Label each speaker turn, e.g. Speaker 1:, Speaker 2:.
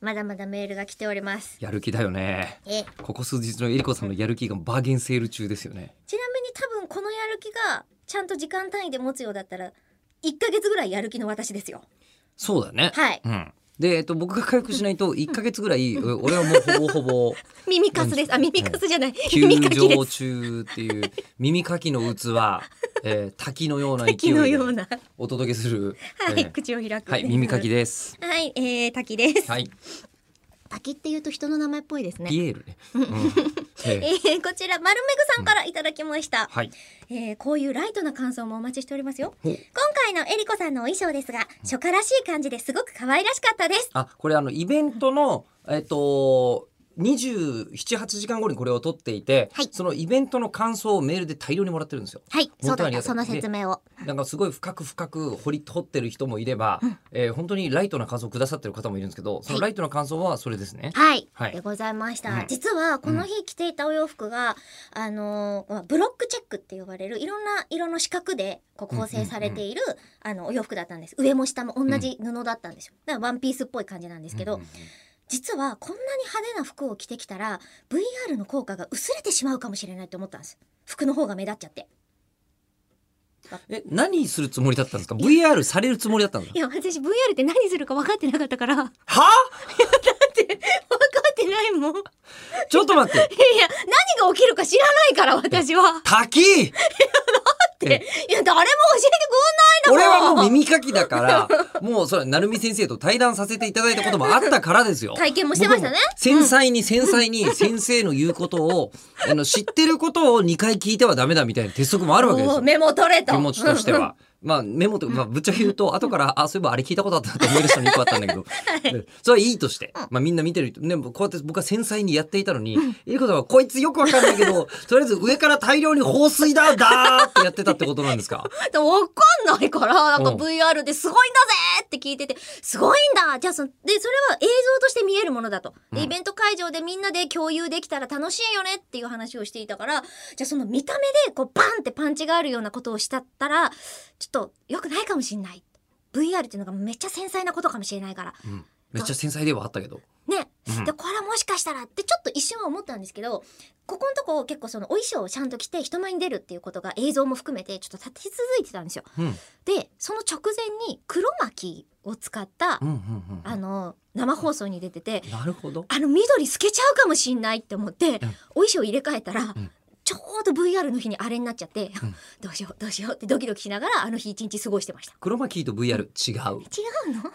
Speaker 1: まだまだメールが来ております
Speaker 2: やる気だよね
Speaker 1: え
Speaker 2: ここ数日のえりこさんのやる気がバーゲンセール中ですよね
Speaker 1: ちなみに多分このやる気がちゃんと時間単位で持つようだったら1ヶ月ぐらいやる気の私ですよ
Speaker 2: そうだね
Speaker 1: はい
Speaker 2: うんで、えっと、僕が回復しないと1か月ぐらいう俺はもうほぼほぼ
Speaker 1: 耳かすですあ耳かすじゃない
Speaker 2: 休
Speaker 1: 耳かきで
Speaker 2: 場
Speaker 1: す
Speaker 2: 中っていう耳かきの器、えー滝 のような勢
Speaker 1: 滝の
Speaker 2: いで
Speaker 1: ような
Speaker 2: お届けする、
Speaker 1: はい、
Speaker 2: えー
Speaker 1: 口を開く
Speaker 2: はい、耳かき
Speaker 1: で
Speaker 2: です。
Speaker 1: すはい、えー、滝です、
Speaker 2: はい、
Speaker 1: 滝っていうと人の名前っぽいですね
Speaker 2: ピエールね。 うんえ
Speaker 1: え
Speaker 2: ー
Speaker 1: ー、こちら丸めぐさんからいただきました、
Speaker 2: はい、
Speaker 1: えーこういうライトな感想もお待ちしておりますよ
Speaker 2: ほう
Speaker 1: 今回のえりこさんのお衣装ですが初夏らしい感じですごく可愛らしかったです
Speaker 2: あ、これあのイベントの、えっと。27、8時間後にこれを撮っていて、
Speaker 1: はい
Speaker 2: そのイベントの感想をメールで大量にもらってるんですよ。
Speaker 1: はいそうだ
Speaker 2: 元あ
Speaker 1: った
Speaker 2: りがたい
Speaker 1: その説明を
Speaker 2: なんかすごい深く深く掘り取ってる人もいれば、えー本当にライトな感想をくださってる方もいるんですけど、そのライトな感想はそれですね。
Speaker 1: はい、
Speaker 2: はい
Speaker 1: でございました、
Speaker 2: うん
Speaker 1: 実はこの日着ていたお洋服が、あのーまあブロックチェックって呼ばれるいろんな色の四角でこう構成されている、あのお洋服だったんです上も下も同じ布だったんですよだからワンピースっぽい感じなんですけど、
Speaker 2: うんうんうん
Speaker 1: 実はこんなに派手な服を着てきたら VR の効果が薄れてしまうかもしれないと思ったんです服の方が目立っちゃって
Speaker 2: え、何するつもりだったんですか ?VR されるつもりだったんですか
Speaker 1: いや私 VR って何するか分かってなかったから 分か
Speaker 2: は
Speaker 1: ってないもんいや
Speaker 2: ちょっと待って
Speaker 1: いや何が起きるか知らないから私は
Speaker 2: 滝
Speaker 1: いや誰も教えてくん
Speaker 2: 俺
Speaker 1: ないの
Speaker 2: はもう耳かきだから、もうそれ、なるみ先生と対談させていただいたこともあったからですよ。
Speaker 1: 体験もしてましたね
Speaker 2: 僕も繊細に繊 細に先生の言うことを、あの、知ってることを2回聞いてはダメだみたいな鉄則もあるわけです
Speaker 1: おー
Speaker 2: よ。
Speaker 1: メモ取れと
Speaker 2: 気持ちとしては。まあ、メモとまあ、ぶっちゃけ言うと、後から、あ、そういえばあれ聞いたことあったなって思い出したの1個あったん だけど、でそれはいいとして、まあみんな見てる人、ね、こうやって僕は繊細にやっていたのに、いいことは、こいつよくわかんない けど、とりあえず上から大量に放水だ、だーってやってたってことなんですか
Speaker 1: でも分かんないからなんか
Speaker 2: うん
Speaker 1: VR ですごいんだぜって聞いててすごいんだじゃあそでそれは映像として見えるものだとでイベント会場でみんなで共有できたら楽しいよねっていう話をしていたからじゃあその見た目でこうバンってパンチがあるようなことをしたったらちょっと良くないかもしんない VR っていうのがめっちゃ繊細なことかもしれないから
Speaker 2: うんめっちゃ繊細ではあったけど。
Speaker 1: ね、
Speaker 2: うん
Speaker 1: でこれはもしかしたらってちょっと一瞬は思ったんですけどここのとこ結構そのお衣装をちゃんと着て人前に出るっていうことが映像も含めてちょっと立て続いてたんですよ。
Speaker 2: うん
Speaker 1: でその直前に黒巻きを使った、
Speaker 2: うんうん
Speaker 1: あの生放送に出てて
Speaker 2: うん。なるほど。
Speaker 1: あの緑透けちゃうかもしんないって思って、お衣装入れ替えたら、
Speaker 2: ん
Speaker 1: ちょうど VR の日にあれになっちゃって、
Speaker 2: ん
Speaker 1: どうしようどうしようってドキドキしながらあの日一日過ごしてました。
Speaker 2: 黒巻と VR 違う。
Speaker 1: 違うの